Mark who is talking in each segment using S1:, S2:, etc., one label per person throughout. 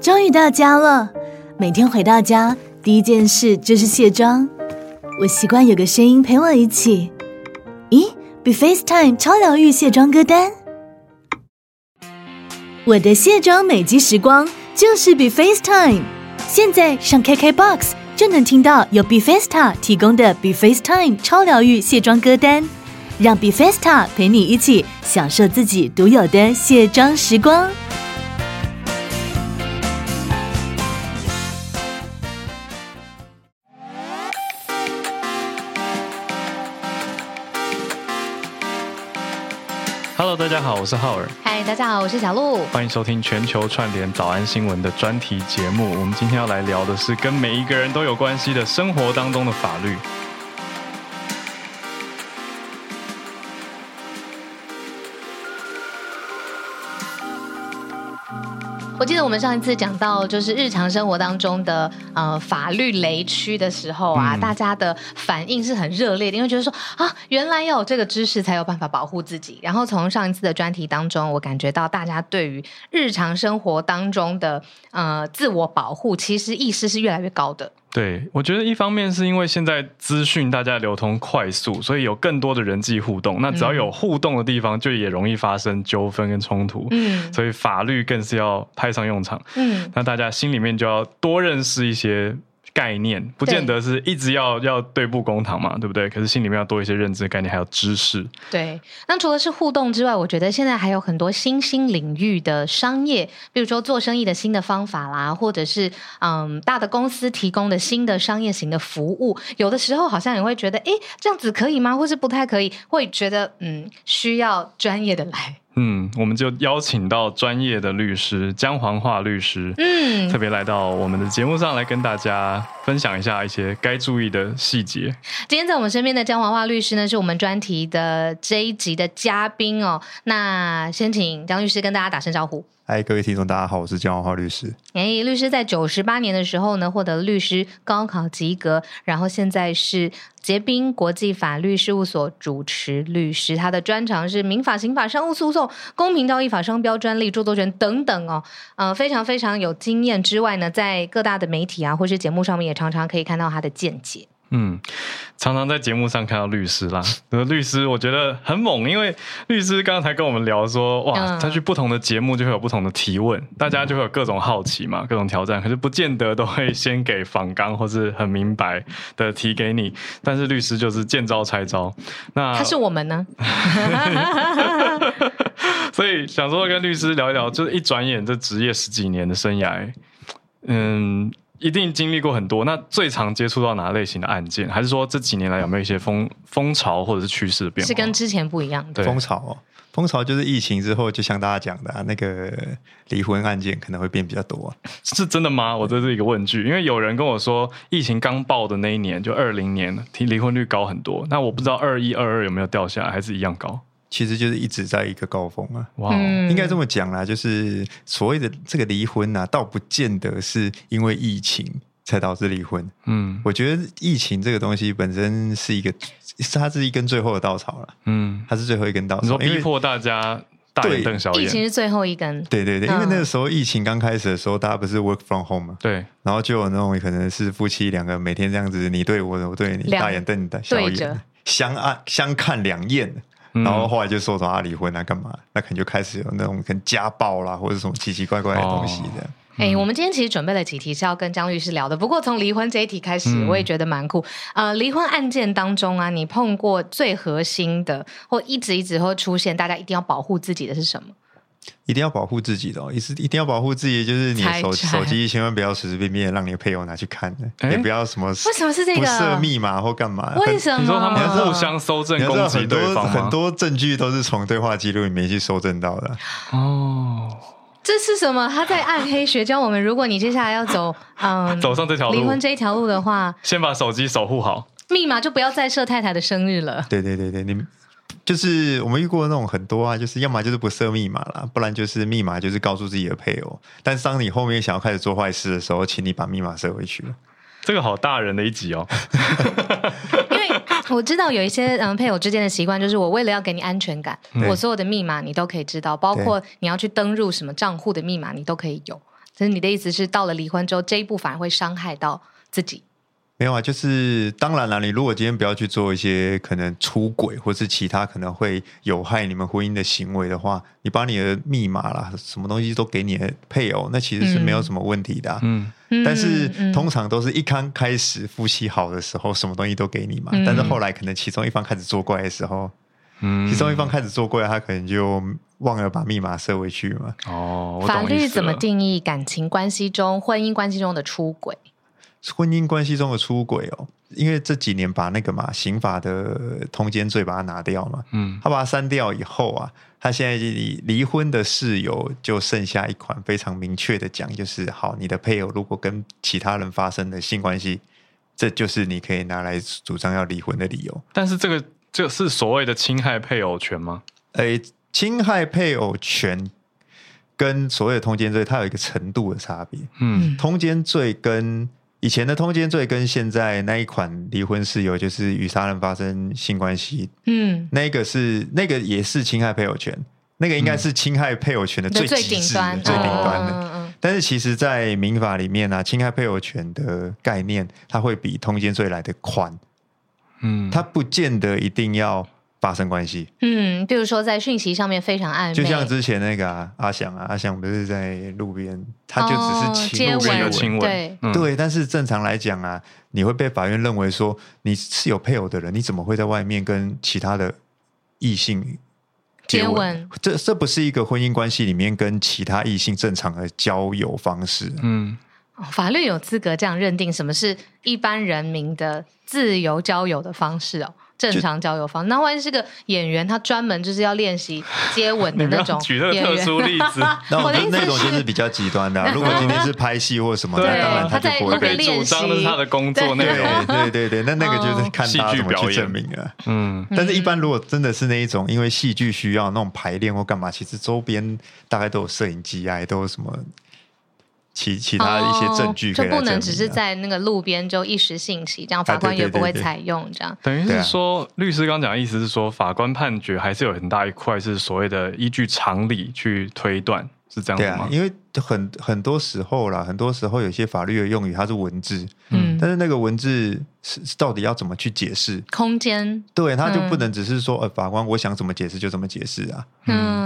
S1: 终于到家了。每天回到家，第一件事就是卸妆。我习惯有个声音陪我一起。咦，比 FaceTime 超疗愈卸妆歌单。我的卸妆美肌时光就是比 FaceTime。现在上 KKBox 就能听到由 b e f e s t a 提供的 b e f e s t i m e 超疗愈卸妆歌单，让 b e f e s t a 陪你一起享受自己独有的卸妆时光。
S2: Hello，大家好，我是浩尔，
S3: 嗨，大家好，我是小鹿。
S2: 欢迎收听全球串联早安新闻的专题节目。我们今天要来聊的是跟每一个人都有关系的生活当中的法律。
S3: 我记得我们上一次讲到就是日常生活当中的呃法律雷区的时候啊，
S2: 嗯
S3: 大家的反应是很热烈的，因为觉得说啊，原来要有这个知识才有办法保护自己。然后从上一次的专题当中，我感觉到大家对于日常生活当中的呃自我保护，其实意识是越来越高的。
S2: 对，我觉得一方面是因为现在资讯大家流通快速，所以有更多的人际互动。那只要有互动的地方，就也容易发生纠纷跟冲突。
S3: 嗯
S2: 所以法律更是要派上用场。
S3: 嗯，
S2: 那大家心里面就要多认识一些概念，不见得是一直要要对簿公堂嘛，对不对？可是心里面要多一些认知概念，还有知识。
S3: 对，那除了是互动之外，我觉得现在还有很多新兴领域的商业，比如说做生意的新的方法啦，或者是嗯大的公司提供的新的商业型的服务，有的时候好像也会觉得，诶，这样子可以吗？或是不太可以，会觉得嗯需要专业的来，
S2: 嗯，我们就邀请到专业的律师姜黄化律师，
S3: 嗯
S2: 特别来到我们的节目上来跟大家分享一下一些该注意的细节。
S3: 今天在我们身边的姜华华律师呢，是我们专题的这一集的嘉宾哦。那先请姜律师跟大家打声招呼。
S4: 嗨，各位听众，大家好，我是江文华律师。
S3: 哎，律师在九十八年的时候呢，获得律师高考及格，然后现在是结斌国际法律事务所主持律师，他的专长是民法、刑法、商务诉讼、公平交易法、商标、专利、著作权等等哦，呃，非常非常有经验。之外呢，在各大的媒体啊或是节目上面，也常常可以看到他的见解。
S2: 嗯，常常在节目上看到律师 啦，呃律师我觉得很猛，因为律师刚才跟我们聊说，哇，
S3: 嗯
S2: 他去不同的节目就会有不同的提问，大家就会有各种好奇嘛，各种挑战，可是不见得都会先给仿纲或是很明白的提给你，但是律师就是见招拆招。那
S4: 啊
S3: 他是我们呢，
S2: 所以想说跟律师聊一聊，就是一转眼这职业十几年的生涯，嗯，一定经历过很多。那最常接触到哪类型的案件？还是说这几年来有没有一些风风潮或者是趋势的变化？
S3: 是
S4: 哦
S3: 跟之前不一样的。
S2: 对
S4: 风潮、哦，风潮就是疫情之后，就像大家讲的、啊，那个离婚案件可能会变比较多、啊。
S2: 是真的吗？我这是一个问句，因为有人跟我说，疫情刚爆的那一年，就二零年，离离婚率高很多。那我不知道二一二二有没有掉下来，还是一样高？
S4: 其实就是一直在一个高峰啊。
S2: 哇、哦
S3: 嗯
S4: 应该这么讲啦，就是所谓的这个离婚啊，倒不见得是因为疫情才导致离婚。
S2: 嗯
S4: 我觉得疫情这个东西本身是一个，是它是一根最后的稻草了，
S2: 嗯，
S4: 它是最后一根稻
S2: 你说
S4: 草。因
S2: 逼
S4: 为
S2: 迫大家大眼
S4: 对
S2: 瞪小
S3: 疫情
S2: 眼，
S3: 是最后一根，
S4: 对对对，因为
S3: 嗯
S4: 那个时候疫情刚开始的时候，大家不是 work from home 嘛，
S2: 对，
S4: 然后就有那种可能是夫妻两个每天这样子，你对我，我对你，
S3: 两
S4: 大眼瞪大小
S3: 对着
S4: 眼，相爱相看两厌。
S2: 嗯
S4: 然后后来就说什么啊离婚啊干嘛？那可能就开始有那种可能家暴啦，或者什么奇奇怪怪的东西
S2: 哦
S4: 这样。
S3: 哎、
S2: 嗯
S3: 我们今天其实准备了几题是要跟张律师聊的，不过从离婚这一题开始，
S2: 嗯
S3: 我也觉得蛮酷。呃，离婚案件当中啊，你碰过最核心的，或一直一直会出现，大家一定要保护自己的是什么？
S4: 一定要保护自己的、哦，一是一定要保护自己，就是你的手
S3: 财产
S4: 手机千万不要随随便便让你的配偶拿去看的，
S2: 哎
S4: 也不要什么
S3: 为什么是这个
S4: 不设密码或干嘛。
S3: 为什么？
S2: 你说他
S4: 你要知
S3: 嗯
S2: 们
S4: 道
S2: 互相搜证
S4: 你要知
S2: 攻
S4: 道
S2: 击
S4: 很多
S2: 对方吗？
S4: 很多证据都是从对话记录里面去搜证到的。
S2: 哦，
S3: 这是什么？他在暗黑学教我们，如果你接下来要走，嗯，
S2: 走上这条
S3: 离
S2: 路
S3: 婚，这一条路的话，
S2: 先把手机守护好。
S3: 密码就不要再设太太的生日了。
S4: 对对对对，你就是我们遇过那种很多啊，就是要么就是不设密码啦，不然就是密码就是告诉自己的配偶。但是当你后面想要开始做坏事的时候，请你把密码设回去。
S2: 这个好大人的一集哦，
S3: 因 为我知道有一些嗯配偶之间的习惯，就是我为了要给你安全感，
S4: 对
S3: 我所有的密码你都可以知道，包括你要去登入什么账户的密码你都可以有。就是你的意思是，到了离婚之后，这一步反而会伤害到自己。
S4: 没有啊，就是当然了，你如果今天不要去做一些可能出轨或是其他可能会有害你们婚姻的行为的话，你把你的密码啦，什么东西都给你的配偶，那其实是没有什么问题的啊、
S2: 嗯，
S3: 嗯
S4: 但是
S3: 嗯
S4: 通常都是一刚开始夫妻好的时候，什么东西都给你嘛。
S3: 嗯
S4: 但是后来可能其中一方开始作怪的时候，
S2: 嗯
S4: 其中一方开始作怪，他可能就忘了把密码设回去嘛。
S2: 哦，我懂
S3: 法律
S2: 意思
S3: 怎么
S2: 了？
S3: 定义感情关系中、婚姻关系中的出轨？
S4: 婚姻关系中的出轨哦，因为这几年把那个嘛刑法的通奸罪把它拿掉嘛，
S2: 嗯，
S4: 他把它删掉以后啊，他现在离离婚的事由就剩下一款非常明确的讲，就是好，你的配偶如果跟其他人发生的性关系，这就是你可以拿来主张要离婚的理由。
S2: 但是这个这是所谓的侵害配偶权吗？
S4: 诶，侵害配偶权跟所谓的通奸罪，它有一个程度的差别。
S2: 嗯
S4: 通奸罪跟以前的通奸罪跟现在那一款离婚事由，就是与杀人发生性关系，
S3: 嗯，
S4: 那个是那个也是侵害配偶权，那个应该是侵害配偶权的
S3: 那
S4: 最
S3: 嗯最
S4: 极
S3: 顶
S4: 致的、
S3: 端，
S4: 最顶端的。
S3: 嗯嗯嗯
S4: 但是其实，在民法里面呢、啊，侵害配偶权的概念，它会比通奸罪来的宽，
S2: 嗯，
S4: 它不见得一定要发生关系。
S3: 嗯，嗯比如说在讯息上面非常暧昧，
S4: 就像之前那个、啊、阿翔啊，阿翔不是在路边，他就
S3: 哦
S4: 只是亲
S3: 接
S4: 路边
S2: 有
S3: 吻
S2: 亲吻，
S3: 对
S2: 嗯，
S4: 对，但是正常来讲啊，你会被法院认为说你是有配偶的人，你怎么会在外面跟其他的异性
S3: 接
S4: 接
S3: 吻，
S4: 这这不是一个婚姻关系里面跟其他异性正常的交友方式。
S2: 嗯，
S3: 哦法律有资格这样认定什么是一般人民的自由交友的方式哦，正常交友方。那万一是个演员，他专门就是要练习接 吻的
S2: 你不要
S3: 那种
S2: 举那个
S3: 演员哦
S2: 特殊例子
S4: 那
S3: 我
S4: 我
S3: 的
S4: 觉
S3: 意
S4: 得
S3: 思
S4: 那种就是
S3: 是，
S4: 比较极端的啊、如果今天是拍戏或什么，
S2: 对
S4: 那当然
S3: 他
S4: 就
S3: 在
S4: 不
S3: 路
S4: 会
S3: 边
S4: 被
S2: 可
S3: 练。
S2: 以主张那是他的工作内容，
S4: 对对对对，那那个哦就是看大家怎么去证明啊了、
S2: 嗯
S4: 但是，一般如果真的是那一种，因为戏剧需要那种排练或干嘛，其实周边大概都有摄影机啊，也都有什么其其他一些证据
S3: 哦
S4: 可
S3: 就
S4: 以来证明啊、
S3: 不能只是在那个路边就一时兴起，这样法
S4: 啊对
S3: 官也
S4: 对
S3: 不
S4: 对
S3: 会
S4: 对
S3: 采用这样。
S2: 等于
S4: 对
S2: 是
S4: 啊
S2: 说，律师刚讲的意思是说，法官判决还是有很大一块是所谓的依据常理去推断，是这样
S4: 对
S2: 子
S4: 啊
S2: 吗，？
S4: 因为很很多时候啦，很多时候有些法律的用语它是文字，
S3: 嗯，
S4: 但是那个文字是是到底要怎么去解释？
S3: 空间，
S4: 对，他就
S3: 嗯
S4: 不能只是说，呃，法官我想怎么解释就怎么解释啊。
S3: 嗯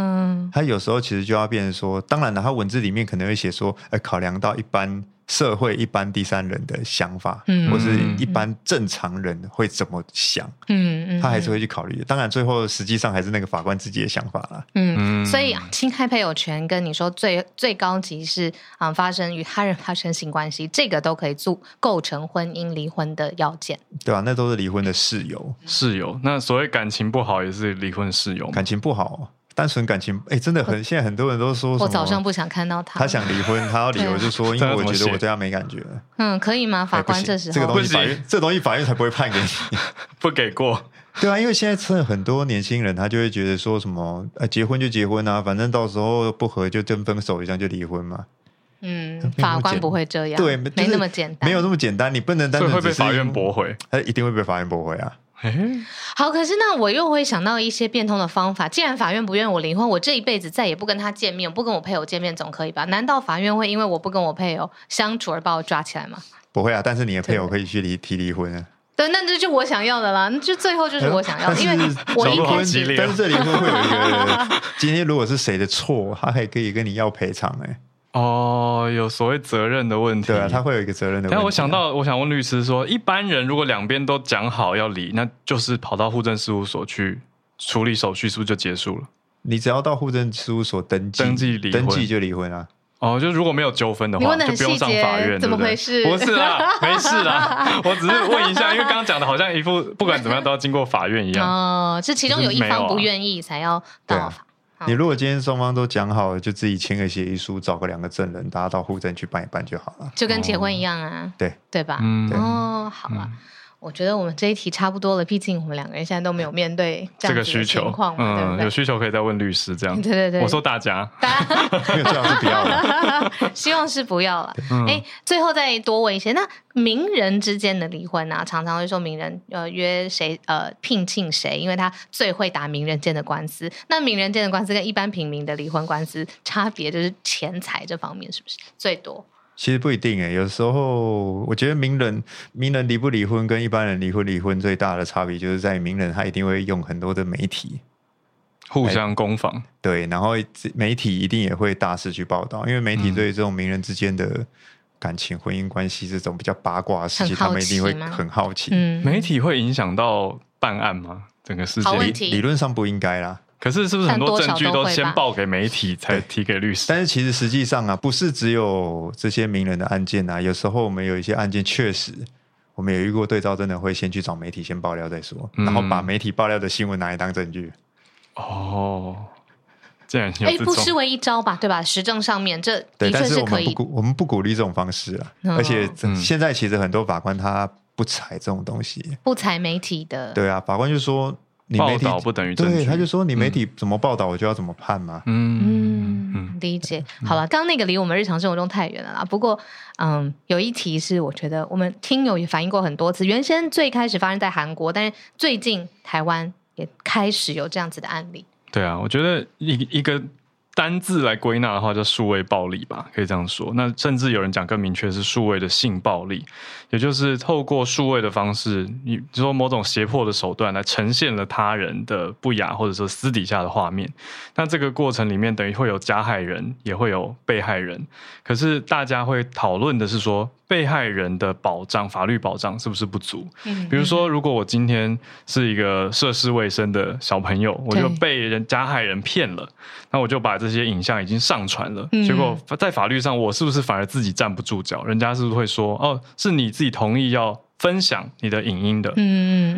S4: 他有时候其实就要变成说，当然了，他文字里面可能会写说，呃，考量到一般社会、一般第三人的想法，
S3: 嗯
S4: 或是一般正常人会怎么想，
S3: 嗯嗯，
S4: 他还是会去考虑的。当然，最后实际上还是那个法官自己的想法啦。
S3: 嗯，
S2: 嗯
S3: 所以侵害配偶权跟你说最最高级是啊、发生与他人发生性关系，这个都可以做构成婚姻离婚的要件。
S4: 对吧、那都是离婚的事由，
S2: 室友，那所谓感情不好也是离婚室
S3: 嗯
S2: 友吗，
S4: 感情不好，单纯感情，哎，真的很，现在很多人都说什么
S3: 我早上不想看到他，
S4: 他想离婚，他要理由
S3: 对啊
S4: 就说，因
S2: 这要
S4: 为
S2: 怎
S4: 我
S2: 么
S4: 觉
S2: 写
S4: 得我对他没感觉。
S3: 嗯，可以吗？法
S4: 哎不
S3: 官
S4: 行
S3: 这时候
S4: 这个东西法
S2: 不
S4: 院，这个东西法院才不会判给你。
S2: 不给过，
S4: 对啊，因为现在真的很多年轻人，他就会觉得说什么，呃，结婚就结婚啊，反正到时候不合就真分手一下就离婚嘛。
S3: 嗯
S4: 没，那么
S3: 法官
S4: 简
S3: 不会这样，
S4: 对，
S3: 啊没那么简单，
S4: 没有那么简单，你不能单
S2: 所以
S4: 纯
S2: 会被
S4: 只是
S2: 法院驳回。
S4: 他一定会被法院驳回啊。
S2: 诶
S3: 好，可是那我又会想到一些变通的方法。既然法院不愿我离婚，我这一辈子再也不跟他见面，我不跟我配偶见面总可以吧？难道法院会因为我不跟我配偶相处而把我抓起来吗？
S4: 不会啊，但是你的配偶
S3: 对
S4: 可以去离提离婚啊。
S3: 对，那这就我想要的啦，那就最后就是我想要
S4: 但
S3: 的，
S4: 是
S3: 哦因为我一
S2: 小鹿好
S3: 开
S2: 激
S3: 始
S2: 烈
S4: 但是这离婚会有一
S2: 哦
S4: 个，今天如果是谁的错，他还可以跟你要赔偿哎、
S2: 哦，有所谓责任的问题。
S4: 对啊，他会有一个责任的问题、
S2: 但
S4: 啊。
S2: 我想到，我想问律师说，一般人如果两边都讲好要离，那就是跑到户政事务所去处理手续，是不是就结束了？
S4: 你只要到户政事务所登记，
S2: 登记离婚
S4: 登记就离婚啊。
S2: 哦，就如果没有纠纷的
S3: 你
S2: 话，
S3: 问的
S2: 就
S3: 很
S2: 不用
S3: 细
S2: 上法
S3: 节
S2: 院，，
S3: 怎么
S2: 对不
S3: 回
S2: 对
S3: 事？
S2: 不是啦， 没事啦，我只是问一下，因为刚刚讲的好像一副不管怎么样都要经过法院一样。
S3: 哦，是其中有一
S2: 就是没有
S3: 方
S2: 啊
S3: 不愿意才要
S4: 对
S3: 到
S4: 啊
S3: 法。
S4: 你如果今天双方都讲好了，就自己签个协议书，找个两个证人，大家到户政去办一办就好 了。
S3: 就跟结婚一样啊，
S4: 对
S3: 对吧？
S2: 嗯
S3: 哦，好啊。我觉得我们这一题差不多了，毕竟我们两个人现在都没有面对
S2: 这
S3: 这样
S2: 个
S3: 子
S2: 需
S3: 的情
S2: 求
S3: 况，嘛，对不
S2: 嗯，
S3: 对
S2: 有？需求可以再问律师这样。
S3: 对对对
S2: 我说大家，
S4: 没有这样是不要的。
S3: 希望是不要了。哎、最后再多问一些，那名人之间的离婚啊，常常会说名人呃约谁呃聘请谁，因为他最会打名人间的官司。那名人间的官司跟一般平民的离婚官司差别就是钱财这方面是不是最多？
S4: 其实不一定欸诶，有时候我觉得名人名人离不离婚跟一般人离婚离婚最大的差别就是在于名人他一定会用很多的媒体，
S2: 互相攻防，
S4: 对，然后媒体一定也会大肆去报道，因为媒体
S2: 嗯
S4: 对这种名人之间的感情、婚姻关系这种比较八卦的事
S3: 很
S4: 情，
S3: 好
S4: 他们一定会
S3: 奇吗
S4: 很好奇。
S3: 嗯，
S2: 媒体会影响到办案吗？整个事
S3: 好问
S2: 件，
S3: 题
S4: 理论上不应该啦，
S2: 可是是不是很
S3: 但多少
S2: 证据
S3: 都
S2: 都
S3: 会
S2: 先
S3: 吧
S2: 报给媒体，才
S4: 对
S2: 提给律师？
S4: 但是其实实际上啊，不是只有这些名人的案件啊，有时候我们有一些案件确实。我们也遇过对照，真的会先去找媒体先爆料再说，
S2: 嗯
S4: 然后把媒体爆料的新闻拿来当证据。
S2: 哦，竟然有
S3: 哎、
S2: 这
S3: 不失
S2: 种，
S3: 为一招吧，对吧？实证上面这
S4: 对，
S3: 的
S4: 但
S3: 确
S4: 是我
S3: 可
S4: 们不
S3: 以。
S4: 鼓我们不鼓励这种方式啊，
S3: 嗯
S4: 而且
S2: 嗯
S4: 现在其实很多法官他不采这种东西。
S3: 不采媒体的，
S4: 对啊，法官就说你
S2: 报
S4: 媒体
S2: 道不等于证
S4: 对，
S2: 据
S4: 他就说你媒体怎么报道，我就要怎么判嘛。
S2: 嗯嗯
S3: 嗯，理解。好了，刚刚那个离我们日常生活中太远了啦。不过，嗯，有一题是我觉得我们听友也反映过很多次，原先最开始发生在韩国，但是最近台湾也开始有这样子的案例。
S2: 对啊，我觉得一一个单字来归纳的话，叫数位暴力吧，可以这样说。那甚至有人讲更明确是数位的性暴力，也就是透过数位的方式，你就说某种胁迫的手段来呈现了他人的不雅或者说私底下的画面。那这个过程里面，等于会有加害人，也会有被害人。可是大家会讨论的是说，被害人的保障，法律保障是不是不足？
S3: 嗯
S2: 比如说，如果我今天是一个涉世未深的小朋友，我就被人加害人骗了，那我就把这些影像已经上传了，
S3: 嗯
S2: 结果在法律上，我是不是反而自己站不住脚？人家是不是会说，哦，是你自己同意要分享你的影音的？
S3: 嗯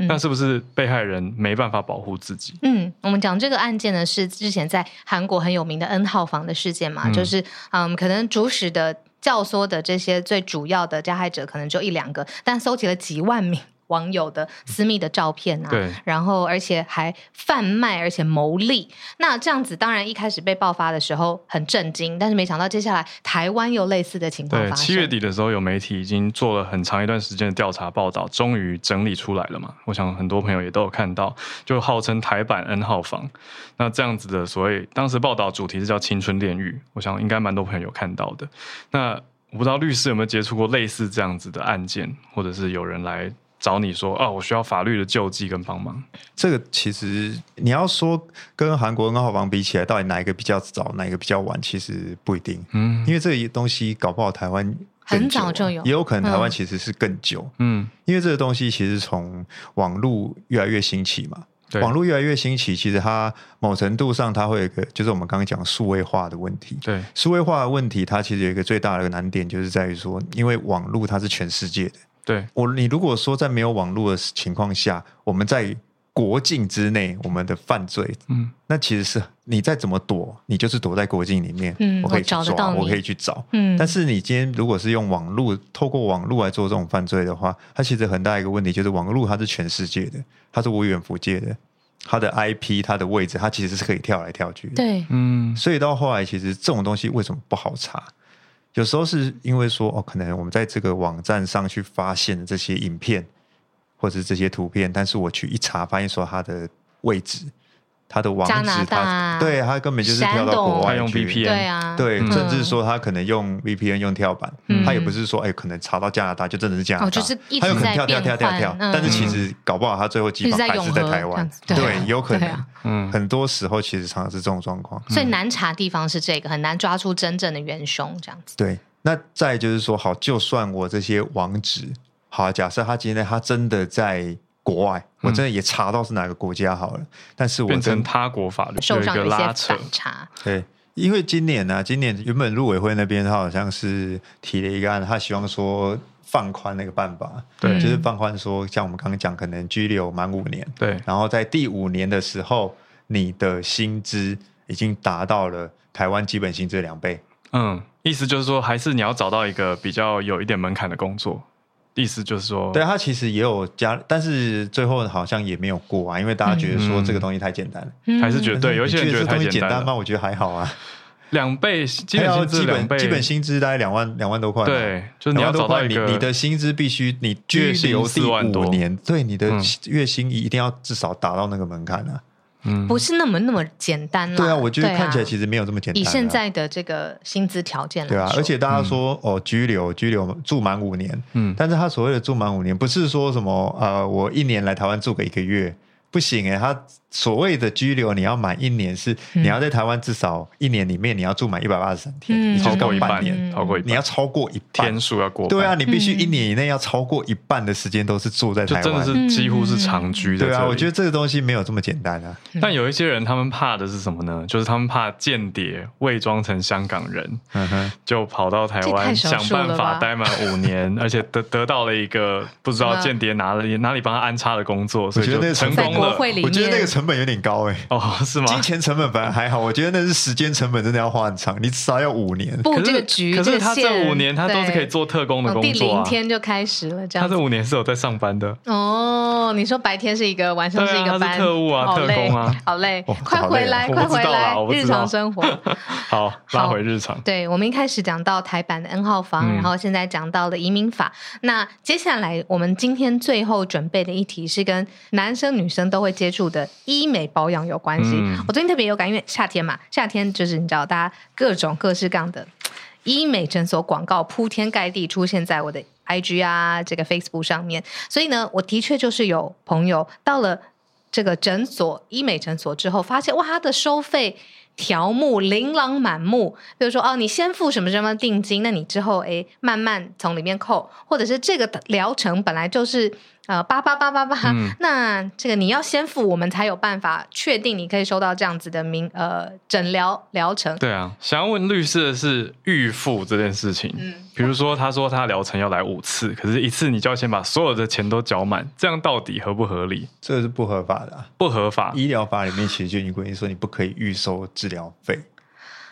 S3: 嗯
S2: 那
S3: 嗯。
S2: 是不是被害人没办法保护自己？
S3: 嗯，我们讲这个案件呢，是之前在韩国很有名的 N 号房的事件嘛，
S2: 嗯
S3: 就是嗯，可能主使的教唆的这些最主要的加害者可能就一两个，但搜集了几万名网友的私密的照片啊，
S2: 对，
S3: 然后而且还贩卖，而且牟利。那这样子，当然一开始被爆发的时候很震惊，但是没想到接下来台湾有类似的情况
S2: 对，
S3: 发生。
S2: 七月底的时候，有媒体已经做了很长一段时间的调查报道，终于整理出来了嘛。我想很多朋友也都有看到，就号称台版 N 号房。那这样子的所谓，当时报道主题是叫“青春炼狱”，我想应该蛮多朋友有看到的。那我不知道律师有没有接触过类似这样子的案件，或者是有人来找你说：“啊，我需要法律的救济跟帮忙。
S4: 这个其实你要说跟韩国跟澳房比起来，到底哪一个比较早，哪一个比较晚，其实不一定，”
S2: 嗯
S4: 因为这个东西搞不好台湾更
S3: 很
S4: 久啊
S3: 早就有
S4: 也有可能台湾
S3: 嗯
S4: 其实是更久，
S2: 嗯，
S4: 因为这个东西其实从网络越来越兴起嘛。
S2: 对，
S4: 网络越来越兴起，其实它某程度上它会有一个，就是我们刚刚讲数位化的问题。
S2: 对，
S4: 数位化的问题，它其实有一个最大的难点，就是在于说，因为网络它是全世界的。
S2: 对，
S4: 我你如果说在没有网络的情况下，我们在国境之内，我们的犯罪，
S2: 嗯，
S4: 那其实是你再怎么躲，你就是躲在国境里面，
S3: 嗯
S4: 我可以
S3: 我
S4: 去
S3: 找得
S4: 抓，
S3: 到
S4: 我
S3: 你
S4: 可以去找。
S3: 嗯，
S4: 但是你今天如果是用网络，透过网络来做这种犯罪的话，它其实很大一个问题就是网络它是全世界的，它是无远弗届的，它的 IP、它的位置，它其实是可以跳来跳去的。
S3: 对，
S2: 嗯，
S4: 所以到后来，其实这种东西为什么不好查？有时候是因为说哦，可能我们在这个网站上去发现这些影片或者是这些图片，但是我去一查，发现说它的位置、它的网
S3: 加
S4: 址
S3: 拿，
S4: 它
S3: 大
S4: 对它根本就是跳
S3: 山
S4: 到
S3: 东
S4: 国
S2: 他
S4: 外
S2: 用
S4: 去
S2: VPN
S3: 对啊，
S4: 对，
S2: 嗯
S4: 甚至说他可能用 VPN 用跳板，
S3: 嗯
S4: 他也不是说哎、可能查到加拿大就真的是加拿大，
S3: 哦就是一直
S4: 啊他有可能
S3: 在
S4: 跳跳
S3: 变
S4: 跳跳
S3: 换
S4: 跳，
S3: 嗯
S4: 但是其实搞不好他最后
S3: 一
S4: 基
S3: 直
S4: 本
S3: 在
S4: 还
S3: 永
S4: 是
S3: 和
S4: 在台
S3: 这样
S4: 湾
S3: 子，对
S4: 对，
S3: 啊
S4: 有可
S3: 对
S4: 能、
S3: 啊
S2: 嗯
S4: 很多时候其实常常是这种状况，
S3: 所以难查地方是这个，很难抓出真正的元凶，这样子。
S4: 对。那再就是说，好，就算我这些网址，好，假设他今天他真的在国外，我真的也查到是哪个国家好了，但是我
S2: 嗯变
S4: 真
S2: 成他国法律有
S3: 受
S2: 一
S3: 上
S2: 个
S3: 有一些
S2: 拉扯
S3: 反，差，
S4: 对，因为今年呢、今年原本陆委会那边他好像是提了一个案，他希望说放宽那个办法，
S2: 对
S4: 就是放宽说，像我们刚刚讲，可能拘留满五年，
S2: 对，
S4: 然后在第五年的时候，你的薪资已经达到了台湾基本薪资的两倍。
S2: 嗯，意思就是说，还是你要找到一个比较有一点门槛的工作，意思就是说，
S4: 对啊他其实也有加，但是最后好像也没有过啊，因为大家觉得说这个东西太简单了。
S3: 嗯
S2: 还是觉得对有些人
S4: 你
S2: 觉得
S4: 这东西
S2: 太简
S4: 简
S2: 单了
S4: 单吗？我觉得还好啊，
S2: 两倍基
S4: 还
S2: 本
S4: 要
S2: 薪资
S4: 基
S2: 两
S4: 本
S2: 倍，
S4: 基本薪资大概两万两万多块嘛，
S2: 对，就是你要
S4: 两
S2: 找
S4: 万多
S2: 到
S4: 块，
S2: 一
S4: 你
S2: 个
S4: 你的薪资必须你居
S2: 月薪
S4: 留第
S2: 4万多
S4: 五年，对你的
S2: 嗯
S4: 月薪一定要至少达到那个门槛啊。
S2: 嗯
S3: 不是那么那么简单啦。
S4: 对啊，我觉得看起来
S3: 实
S4: 其实没有这么简单啊。
S3: 以现在的这个薪资条件来
S4: 对啊，
S3: 说
S4: 而且大家说哦，居留居留住满五年，
S2: 嗯
S4: 但是他所谓的住满五年，不是说什么呃，我一年来台湾住个一个月。不行诶、他所谓的居留，你要满一年是，
S3: 嗯
S4: 你要在台湾至少一年里面你要住满一百八十三天，
S3: 嗯
S4: 你就
S2: 超
S4: 是
S2: 过
S4: 刚
S2: 一
S4: 半年，
S2: 半，超过一半，
S4: 你要超过一半
S2: 天。数要过半，
S4: 对啊，你必须
S3: 嗯
S4: 一年以内要超过一半的时间都是住在
S2: 就
S4: 台
S2: 真的
S4: 湾。
S2: 是几乎是长居的。
S4: 对啊，我觉得
S2: 得。
S4: 这个东西没有这么简单啊。
S2: 但有一些人，他们怕的是什么呢？就是他们怕间谍伪装成香港人，
S4: 嗯哼，
S2: 就跑到台
S3: 这太
S2: 湾
S3: 少数
S2: 想办
S3: 了吧
S2: 法待满五年，而且得得到了一个不知道
S3: 什么
S2: 间谍哪里哪里帮他安插的工作，所以
S4: 觉得那
S2: 就
S4: 个
S2: 成
S4: 成
S2: 功
S3: 在国
S2: 了。
S3: 会里面，
S4: 我觉得那个成本有点高诶、
S2: 哦，是吗？
S4: 金钱成本本来还好，我觉得那是时间成本，真的要花很长，你至少要五年。
S3: 布
S2: 可
S3: 这个
S2: 是
S3: 局，
S2: 可
S3: 这
S2: 是
S3: 个
S2: 他这
S3: 线
S2: 五年他都是可以
S3: 对
S2: 做特工的
S3: 哦
S2: 工
S3: 第
S2: 作
S3: 零
S2: 啊。
S3: 天就开始了，
S2: 他
S3: 这样
S2: 这
S3: 子。
S2: 五年是有在上班的，
S3: 哦，你说白天是一个，晚上是一
S2: 对
S3: 个
S2: 啊
S3: 班，
S2: 他是特务啊
S3: 好
S2: 特
S3: 累
S2: 工啊，
S3: 好累
S4: 哦，
S3: 快
S4: 好
S3: 回
S4: 累啊
S3: 来，
S2: 我
S3: 快
S2: 不
S3: 回
S2: 知道
S3: 来
S2: 啦，我，不
S3: 日
S2: 知道
S3: 常生活。
S2: 好拉回日常。
S3: 对，我们一开始讲到台版的 N 号房，
S2: 嗯
S3: 然后现在讲到了移民法。那接下来我们今天最后准备的一题是跟男生女生都会接触的医美保养有关系。
S2: 嗯
S3: 我最近特别有感，因为夏天嘛，夏天就是你知道，大家各种各式各样的医美诊所广告铺天盖地出现在我的 IG 啊，这个 Facebook 上面。所以呢，我的确就是有朋友到了这个诊所医美诊所之后，发现哇，它的收费条目琳琅满目。比如说哦，你先付什么什么定金，那你之后诶慢慢从里面扣，或者是这个疗程本来就是呃八八八八八
S2: 嗯，
S3: 那这个你要先付，我们才有办法确定你可以收到这样子的名呃诊疗疗程。
S2: 对啊，想要问律师的是预付这件事情。
S3: 嗯，
S2: 比如说，他说他疗程要来五次，可是一次你就要先把所有的钱都缴满，这样到底合不合理？
S4: 这是不合法的、啊。
S2: 不合法。
S4: 医疗法里面其实就已经规定说，你不可以预收治疗费。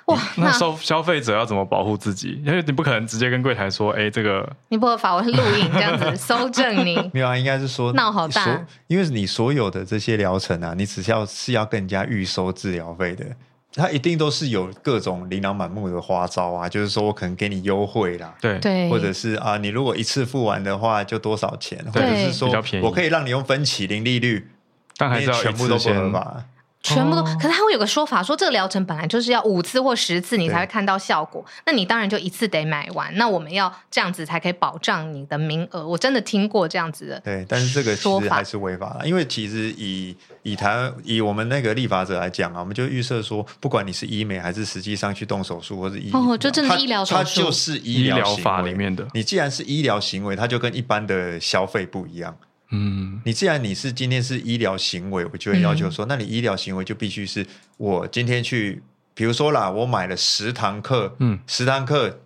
S3: 哇，
S2: 那
S3: 那
S2: 消消费者要怎么保护自己？因为你不可能直接跟柜台说：“哎，这个
S3: 你不合法，我会录影这样子搜证 你。
S4: 没有啊，应该是说
S3: 闹好大
S4: 所因为你所有的这些疗程啊，你只是要是要跟人家预收治疗费的，它一定都是有各种琳琅满目的花招啊，就是说我可能给你优惠啦。
S2: 对
S3: 对，
S4: 或者是啊，你如果一次付完的话，就多少钱，或
S2: 对
S4: 者是说
S2: 比较便宜
S4: 我可以让你用分期零利率，
S2: 但还是要
S4: 那也全部都不合
S2: 吧。
S4: 法。
S3: 全部都，
S2: 哦
S3: 可是他会有个说法，说这个疗程本来就是要五次或十次你才会看到效果，那你当然就一次得买完。那我们要这样子才可以保障你的名额。我真的听过这样子的，
S4: 对，但是这个
S3: 说
S4: 其实
S3: 法
S4: 还是违法的，因为其实以以台湾以我们那个立法者来讲啊，我们就预设说，不管你是医美还是实际上去动手术，或是医
S3: 哦就真的
S4: 它
S3: 医疗手
S4: 它
S3: 术
S4: 就是
S2: 医
S4: 医
S2: 疗
S4: 行
S2: 法
S4: 为
S2: 里。面的，
S4: 你既然是医疗行为，它就跟一般的消费不一样。
S2: 嗯，
S4: 你既然你是今天是医疗行为，我就会要
S3: 嗯
S4: 求说，那你医疗行为就必须是我今天去，比如说啦，我买了十堂课，
S2: 嗯
S4: 十堂课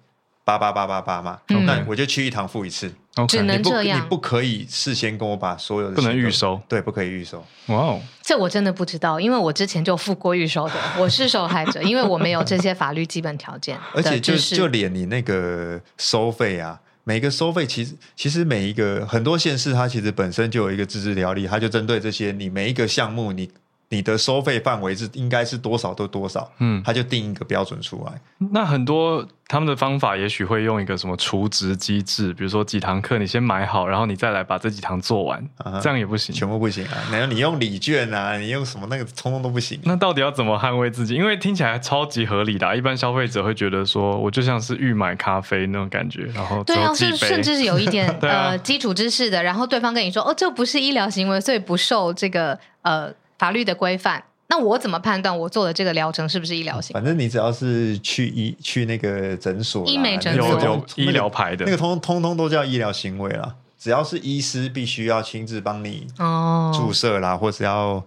S4: 八八八八八嘛，
S3: 嗯
S4: 那我就去一堂付一次，
S3: 只
S2: OK，
S3: 能
S4: 你不
S3: 这
S4: 你
S3: 样
S4: 不可以事先跟我把所有的
S2: 不能
S4: 钱都
S2: 预收，
S4: 对，不可以预收。
S2: 哇哦，
S3: 这我真的不知道，因为我之前就付过预 售的，我是受害者，因为我没有这些法律基本条件
S4: 而且
S3: 的
S4: 就
S3: 知识。
S4: 就连你那个收费啊，每个收费其实其实每一个很多县市它其实本身就有一个自治条例，它就针对这些你每一个项目你你的收费范围是应该是多少都多少，
S2: 嗯，
S4: 它就定一个标准出来。
S2: 那很多他们的方法也许会用一个什么除值机制，比如说几堂课你先买好，然后你再来把这几堂做完，
S4: 啊哈
S2: 这样也不行。
S4: 全部不行啊！然后你用礼券啊，你用什么那个，通通都不行。
S3: 嗯
S2: 那到底要怎么捍卫自己？因为听起来超级合理的啊、一般消费者会觉得说，我就像是预买咖啡那种感觉，然后
S3: 对
S2: 只
S3: 啊，
S2: 有几
S3: 甚
S2: 杯，
S3: 甚至是有一 点、
S2: 对啊
S3: 呃基础知识的，然后对方跟你说哦，这不是医疗行为，所以不受这个呃法律的规范。那我怎么判断我做的这个疗程是不是医疗行为？
S4: 反正你只要是去医去那个诊所啦，
S3: 医美诊
S2: 有
S3: 所
S4: 那
S2: 有
S4: 个
S2: 医疗牌的，
S4: 那个通通通都叫医疗行为啦。只要是医师，必须要亲自帮你
S3: 哦，
S4: 注射啦，或者要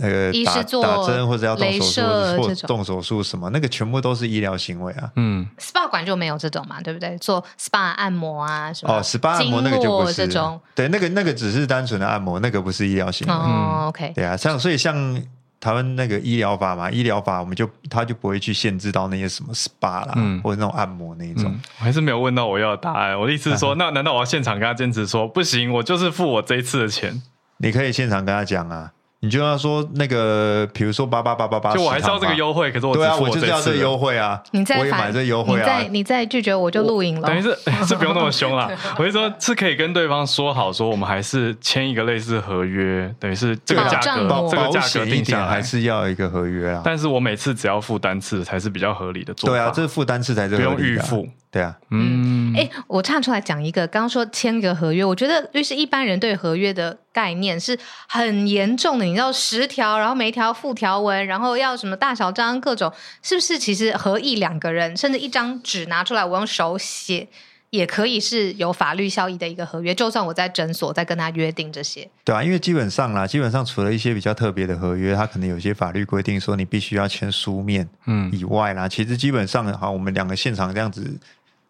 S4: 那个
S3: 医
S4: 打
S3: 师做
S4: 打针，或者要动手
S3: 镭
S4: 术，
S3: 射
S4: 或
S3: 这
S4: 者
S3: 种
S4: 动手术什么，那个全部都是医疗行为啊。
S2: 嗯，
S3: SPA 馆就没有这种嘛，对不对？做 SPA 按摩啊什么
S4: 哦，十八按摩那
S3: 经
S4: 个就
S3: 络
S4: 不是
S3: 这种。
S4: 嗯对，那个那个只是单纯的按摩，那个不是医疗行为。
S3: 哦，OK，
S4: 对啊，像所以像台湾那个医疗法嘛，医疗法我们就他就不会去限制到那些什么 SPA 啦，
S2: 嗯
S4: 或者那种按摩那啊一种。
S2: 嗯，我还是没有问到我要的答案。我的意思是说，那难道我要现场跟他坚持说不行？我就是付我这一次的钱，
S4: 你可以现场跟他讲啊，你就要说那个，比如说八八八八八，
S2: 就我还是要这个优惠，可是我只
S4: 对啊，
S2: 付
S4: 我就
S2: 这
S4: 是
S2: 一
S4: 要这
S2: 次
S4: 个优
S2: 的。
S4: 惠啊，
S3: 你再
S4: 我也
S3: 反
S4: 买这个优惠
S3: 你
S4: 啊
S3: 再，你再拒绝我就录影了
S2: 等。于 是 是不用那么凶啦，我是说，是可以跟对方说好，说我们还是签一个类似合约，等于是这个
S3: 保
S2: 价
S3: 障
S2: 格
S3: 我
S4: 保
S2: 这个
S4: 保
S2: 价格
S4: 险一
S2: 定
S4: 点
S2: 下
S4: 还
S2: 来，
S4: 是要有一个合约啊。
S2: 但是我每次只要付单次才是比较合理的做法。
S4: 对啊，这负单次才是
S2: 不用
S4: 合理
S2: 预
S4: 的啊
S2: 付。
S4: 对啊，
S2: 嗯，
S3: 哎、我岔出来讲一个，刚刚说签个合约，我觉得律师一般人对合约的概念是很严重的，你知道十条，然后每一条附条文，然后要什么大小章各种，是不是？其实合意两个人，甚至一张纸拿出来，我用手写。也可以是有法律效益的一个合约，就算我在诊所在跟他约定这些，
S4: 对啊，因为基本上啦，基本上除了一些比较特别的合约，它可能有些法律规定说你必须要签书面
S2: 嗯，
S4: 以外啦，其实基本上好，我们两个现场这样子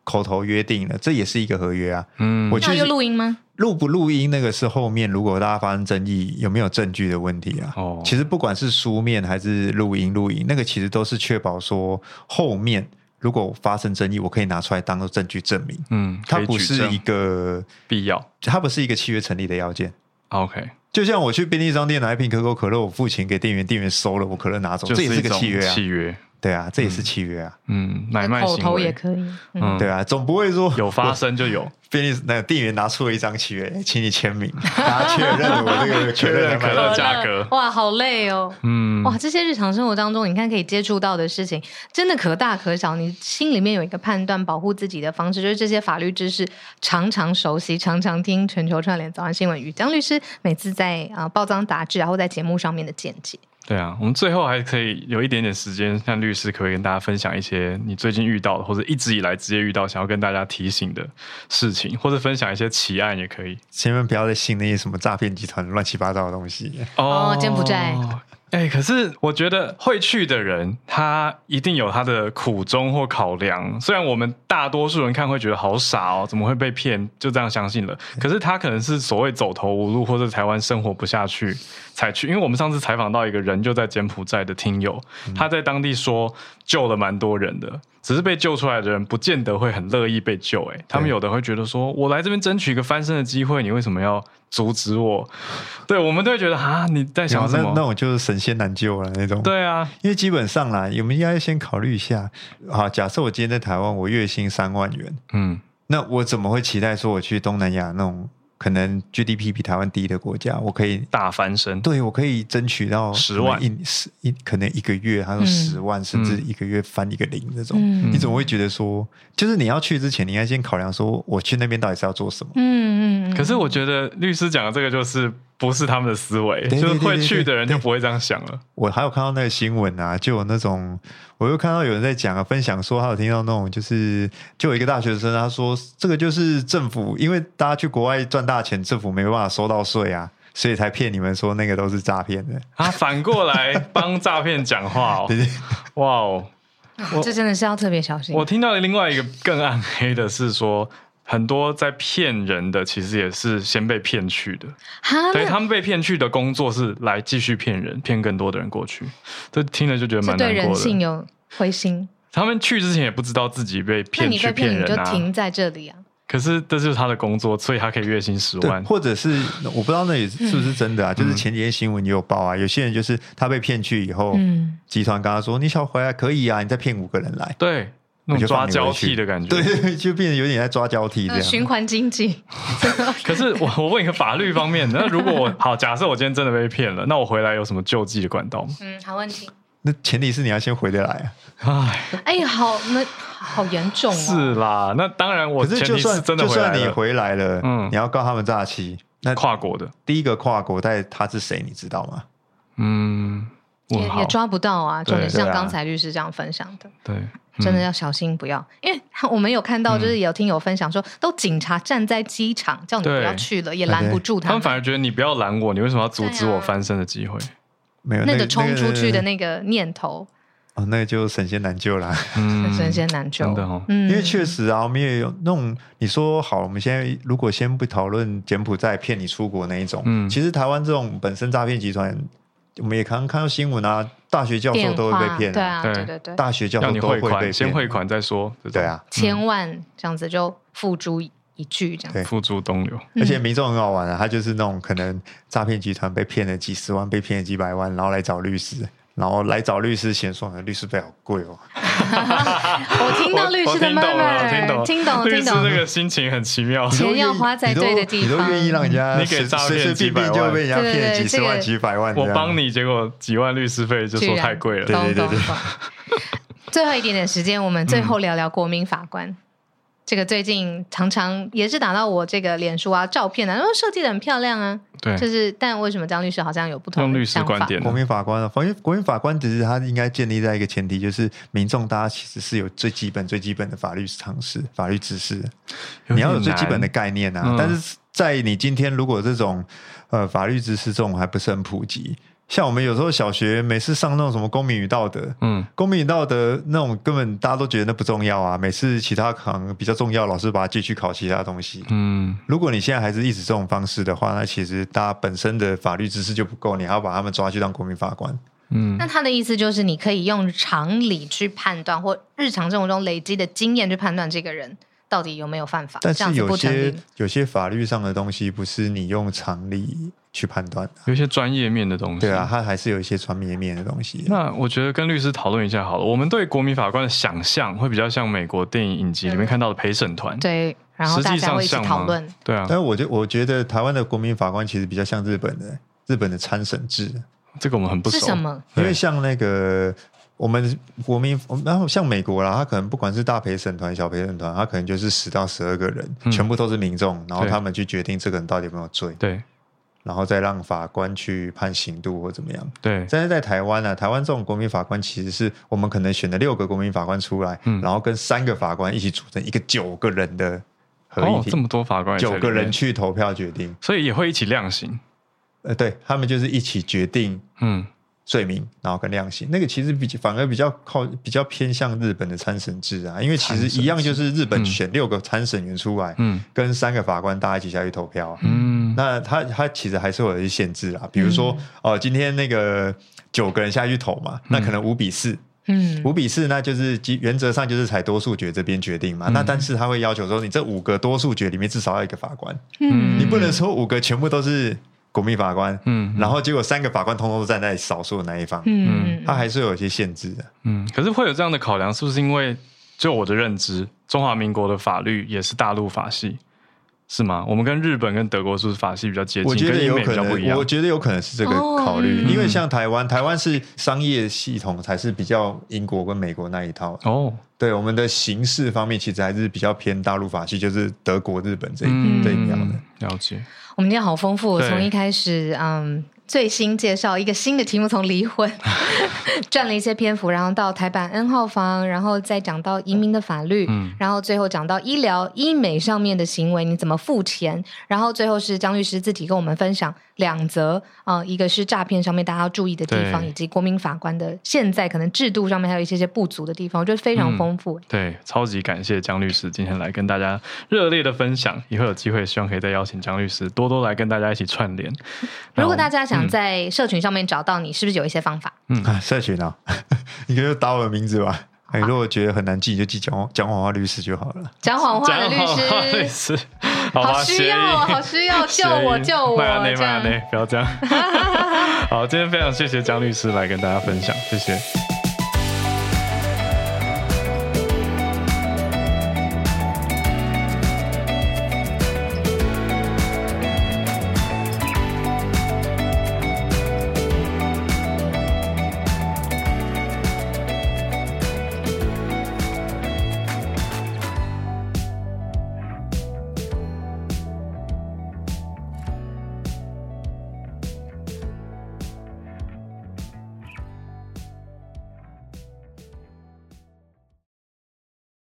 S4: 口头约定了，这也是一个合约啊。
S2: 嗯，
S4: 我
S3: 那
S4: 其
S3: 要
S4: 实
S3: 录音吗？
S4: 录不录音那个是后面，如果大家发生争议，有没有证据的问题啊？
S2: 哦
S4: 其实不管是书面还是录音，录音那个其实都是确保说后面如果发生争议，我可以拿出来当做证据证明。
S2: 嗯，
S4: 它
S2: 可以
S4: 不
S2: 举
S4: 是
S2: 证
S4: 一个，
S2: 必要。
S4: 它不是一个契约成立的要件。
S2: OK，
S4: 就像我去便利商店拿一瓶可口可乐，我付钱给店员，店员收了，我可乐拿走，
S2: 就
S4: 这也是
S2: 一
S4: 个
S2: 种
S4: 契约啊。
S2: 契约，
S4: 对啊，这也是契约啊。
S2: 嗯，买卖
S3: 口
S2: 行
S3: 头也
S2: 为，
S3: 可以。嗯，
S2: 嗯，
S4: 对啊，啊总不会说
S2: 有发
S4: 我
S2: 生就 有，
S4: 便利那个店员拿出了一张契约，哎请你签名，大家确认我 这个
S2: 确认
S4: 可
S2: 可
S4: 乐
S2: 乐
S3: 可
S2: 价
S3: 乐
S2: 格
S3: 哇，好累哦。
S2: 嗯，
S3: 哇，这些日常生活当中，你看可以接触到的事情，真的可大可小。你心里面有一个判断，保护自己的方式，就是这些法律知识常常熟悉，常常听全球串联早安新闻与张律师每次在啊、呃报章杂志，然后在节目上面的见解。
S2: 对啊，我们最后还可以有一点点时间，像律师可不可以跟大家分享一些你最近遇到的，或者一直以来直接遇到想要跟大家提醒的事情，或者分享一些奇案也可以。
S4: 千万不要再信那些什么诈骗集团乱七八糟的东西。
S3: 哦柬埔寨。
S2: 哎、可是我觉得会去的人，他一定有他的苦衷或考量。虽然我们大多数人看会觉得好傻哦，怎么会被骗，就这样相信了。
S3: 嗯
S2: 可是他可能是所谓走投无路，或者台湾生活不下去才去。因为我们上次采访到一个人就在柬埔寨的听友，
S3: 嗯
S2: 他在当地说救了蛮多人的，只是被救出来的人不见得会很乐意被救、哎，他们
S4: 对
S2: 有的会觉得说，我来这边争取一个翻身的机会，你为什么要阻止我？对，我们都会觉得啊，你在
S4: 然
S2: 想
S4: 后
S2: 什
S4: 那
S2: 么？
S4: 那种就是神仙难救了那种。
S2: 对啊，
S4: 因为基本上啦，我们应该先考虑一下。好，假设我今天在台湾，我月薪三万元，
S2: 嗯
S4: 那我怎么会期待说我去东南亚那种可能 GDP 比台湾低的国家，我可以，
S2: 大翻身。
S4: 对我可以争取到
S2: 10万
S4: 可能一十一可能一个月，他说
S3: 嗯
S4: 十万、甚至一个月翻一个零这种。
S3: 嗯
S4: 你怎么会觉得说，就是你要去之前，你应该先考量说，我去那边到底是要做什么？
S3: 嗯嗯嗯。
S2: 可是我觉得律师讲的这个就是不是他们的思维，
S4: 对对
S2: 就是
S4: 对
S2: 会
S4: 对
S2: 去的
S4: 对
S2: 人就不会这样想了。
S4: 我还有看到那个新闻啊，就有那种，我又看到有人在讲啊，分享说他有听到那种，就是就有一个大学生，他说这个就是政府，因为大家去国外赚大钱，政府没办法收到税啊，所以才骗你们说那个都是诈骗的。
S2: 啊，反过来帮诈骗讲话哦
S4: 对，对，
S2: 哇哦！我
S3: 这真的是要特别小心。
S2: 我听到的另外一个更暗黑的是说，很多在骗人的其实也是先被骗去的，
S3: 哈，
S2: 对
S3: 那
S2: 他们被骗去的工作是来继续骗人，骗更多的人过去。这听了就觉得
S3: 这
S2: 蛮
S3: 对
S2: 难
S3: 人
S2: 过
S3: 性
S2: 的。
S3: 有灰心。
S2: 他们去之前也不知道自己被
S3: 那
S2: 骗
S3: 你
S2: 去
S3: 被骗，你就
S2: 人啊，
S3: 停在这里啊。
S2: 可是这就是他的工作，所以他可以月薪十
S4: 对，
S2: 万。
S4: 或者是我不知道那里是不
S3: 嗯
S4: 是真的
S2: 嗯
S4: 啊，就是前几天新闻也有报啊，有些人就是他被骗去以后，
S2: 哦
S3: 嗯，
S4: 集团跟他说你想回来可以啊，你再骗五个人来，
S2: 对，那
S4: 我
S2: 种
S4: 就
S2: 抓
S4: 放你
S2: 交
S4: 回去
S2: 替的感觉。
S4: 对，对，对 就变得有点在抓交替这
S3: 那
S4: 样。
S3: 呃循环经济。
S2: 可是我我问一个法律方面的，那如果 我好，假设我今天真的被骗了，那我回来有什么救济的管道吗？
S3: 嗯，好问题。
S4: 那前提是你要先回得来啊。
S2: 唉，
S3: 哎呀，好，那好严重哦。
S2: 是啦，那当然我
S4: 可
S2: 前
S4: 是就
S2: 提
S4: 算
S2: 真的
S4: 就
S2: 回来
S4: 算你
S2: 了，
S4: 回来了，
S2: 嗯
S4: 你要告他们诈欺，那
S2: 跨国的，
S4: 第一个跨国代他是谁，你知道吗？
S2: 嗯，
S3: 也
S2: 问
S3: 也
S2: 号，
S3: 抓不到啊。
S2: 对
S3: 重点是像
S4: 对啊
S3: 刚才律师这样分享的，
S2: 对，
S3: 真的
S2: 嗯
S3: 要小心不要， 因为我们有看到，就是有听友分享说，都警察站在机场叫你不
S2: 对
S3: 要去了，也拦不住
S2: 他们
S3: 们
S2: 反而觉得你不要拦我，你为什么要阻止
S3: 对啊
S2: 我翻身的机会？
S4: 没有
S3: 那个冲出去的
S4: 那
S3: 那个念头，
S4: 哦，那个就神仙难救啊啦。
S2: 嗯，
S3: 真是难救
S2: 真的哦。
S3: 嗯
S4: 因为确实啊，我们也有那种你说好，我们现在如果先不讨论柬埔寨骗你出国那一种，
S2: 嗯
S4: 其实台湾这种本身诈骗集团我们也常看到新闻啊，大学教授都会被骗、嗯
S3: 对啊，
S2: 对
S3: 对对对，
S4: 大学教
S2: 要
S4: 授
S2: 你
S4: 都会
S2: 汇
S4: 被骗，
S2: 款，先汇款再说。这种
S4: 对，啊，
S3: 千万这样子就付诸一炬这样子。
S4: 对
S2: 付诸东流。
S3: 嗯
S4: 而且民众很好玩啊，他就是那种可能诈骗集团被骗了几十万，被骗了几百万，然后来找律师，然后来找律师嫌说律师费好贵哦，
S3: 我听到律师的妈
S2: 我我
S3: 妈，
S2: 听懂了，我
S3: 听
S2: 听
S3: 懂，
S2: 律
S3: 听
S2: 师
S3: 懂。
S2: 这个心情很奇妙。
S3: 钱要花在对的地
S4: 你都
S3: 方，
S4: 你都愿意让人家
S2: 你给
S4: 随
S2: 诈骗
S4: 随随
S2: 几
S4: 便
S2: 百
S4: 便
S2: 万
S4: 就被人家
S3: 对对
S4: 骗
S3: 对
S4: 几十
S3: 这
S4: 万、
S3: 个
S4: 几百万这
S2: 我
S4: 样，
S2: 帮你，结果几万律师费就
S3: 居
S2: 说
S3: 然
S2: 太贵了。
S3: 懂
S4: 对对
S3: 懂
S4: 对
S3: 懂。 最后一点点时间，我们最后聊聊国民法官。
S2: 嗯
S3: 这个最近常常也是打到我这个脸书啊、照片啊，然后设计的很漂亮啊，
S2: 对，
S3: 就是但为什么张律师好像有不同
S2: 用
S3: 的
S2: 律师
S3: 想法？
S2: 观点
S4: 国民法官啊，法院国民法官只是他应该建立在一个前提，就是民众大家其实是有最基本、最基本的法律常识、法律知识，
S2: 有点
S4: 你要有最基本的
S2: 难
S4: 概念啊。
S2: 嗯
S4: 但是在你今天如果这种呃法律知识这种还不是很普及，像我们有时候小学每次上那种什么公民与道德。
S2: 嗯，
S4: 公民与道德那种根本大家都觉得那不重要啊，每次其他可能比较重要，老师把它继续考其他东西。
S2: 嗯，
S4: 如果你现在还是一直这种方式的话，那其实大家本身的法律知识就不够，你还要把他们抓去当国民法官。
S2: 嗯
S3: 那，他的意思就是，你可以用常理去判断，或日常生活中累积的经验去判断这个人到底有没有犯法，
S4: 但
S3: 这
S4: 是
S3: 样子
S4: 有
S3: 不成
S4: 些
S3: 立。
S4: 有些法律上的东西，不是你用常理去判断的。
S2: 有一些专业面的东西。
S4: 对
S3: 嗯
S4: 啊，，它还是有一些传绵面的东西。啊
S2: 那我觉得跟律师讨论一下好了。我们对国民法官的想象会比较像美国电影影集里面看到的陪审团，
S3: 对，然后
S2: 实
S3: 大
S2: 际
S3: 家
S2: 上
S3: 会一起
S2: 像
S3: 讨
S2: 吗
S3: 论。？
S2: 对啊
S4: 但，是我觉我觉得台湾的国民法官其实比较像日本的日本的参审制，
S2: 这个我们很不熟。
S3: 是什么？
S4: 因为像那个我们国民，然后像美国啦，他可能不管是大陪审团、小陪审团，他可能就是十到十二个人，
S2: 嗯
S4: 全部都是民众，然后
S2: 对
S4: 他们去决定这个人到底有没有罪，
S2: 对
S4: 然后再让法官去判刑度或怎么样。
S2: 对，
S4: 但是在台湾呢、啊，台湾这种国民法官其实是我们可能选了六个国民法官出来，
S2: 嗯
S4: 然后跟三个法官一起组成一个九个人的合
S2: 哦
S4: 议，
S2: 这
S4: 庭，
S2: 么多法官也在
S4: 九
S2: 里
S4: 个人
S2: 面，
S4: 去投票决定。
S2: 所以也会一起量刑。
S4: 呃，对他们就是一起决定
S2: 嗯，
S4: 罪名，然后跟量刑。那个其实比反而比较靠比较偏向日本的参审制啊，因为其
S2: 参审
S4: 实
S2: 制
S4: 一样就是日本
S2: 嗯
S4: 选六个参审员出来，
S2: 嗯
S4: 跟三个法官大家一起下去投票啊。
S2: 嗯，
S4: 那他他其实还是会有一些限制啊，比如说哦、今天那个九个人下去投嘛，那可能五比四、
S3: 嗯，
S4: 五比四，那就是基原则上就是采多数决这边决定嘛。
S2: 嗯
S4: 那但是他会要求说，你这五个多数决里面至少要一个法官，
S2: 嗯
S4: 你不能说五个全部都是国民法官，
S2: 嗯
S4: 然后结果三个法官通通都站在少数的那一方，
S3: 嗯，
S4: 他还是有一些限制的。
S2: 嗯，可是会有这样的考量，是不是因为就我的认知，中华民国的法律也是大陆法系，是吗？我们跟日本跟德国是不是法系比较接近，
S4: 我觉得
S2: 跟英
S4: 有
S2: 美比
S4: 可
S2: 较不一
S4: 能，
S2: 样
S4: 我？觉得有可能是这个
S3: 哦
S4: 考虑，
S3: 嗯
S4: 因为像台湾，台湾是商业系统才是比较英国跟美国那一套。
S2: 哦，
S4: 对我们的形式方面，其实还是比较偏大陆法系，就是德国、日本这一、
S2: 嗯，
S4: 这一条的。
S2: 了解，
S3: 我们今天好丰富，
S2: 对
S3: 从一开始，嗯，最新介绍一个新的题目，从离婚 占了一些篇幅，然后到台版 N 号房，然后再讲到移民的法律，
S2: 嗯
S3: 然后最后讲到医疗、医美上面的行为，你怎么付钱，然后最后是张律师自己跟我们分享两则，啊，一个是诈骗上面大家要注意的地方，
S2: 对
S3: 以及国民法官的现在可能制度上面还有一些些不足的地方，我觉得非常
S2: 嗯
S3: 丰富、
S2: 对，超级感谢江律师今天来跟大家热烈的分享，以后有机会希望可以再邀请江律师多多来跟大家一起串联。
S3: 如果
S2: 那
S3: 大
S2: 我
S3: 家想在社群上面找到你，是不是有一些方法？
S2: 嗯
S4: 啊，社群啊， 你可以打我的名字吧。哎，如果觉得很难记，你就记讲讲谎话律师就好了。
S3: 讲谎话的
S2: 讲
S3: 律
S2: 好话律
S3: 师。
S2: 师，好吧，
S3: 好需要哦，好需 要，救我，救我！
S2: 慢内
S3: 这样
S2: 慢内，不要这样。好，今天非常谢谢江律师来跟大家分享，谢谢。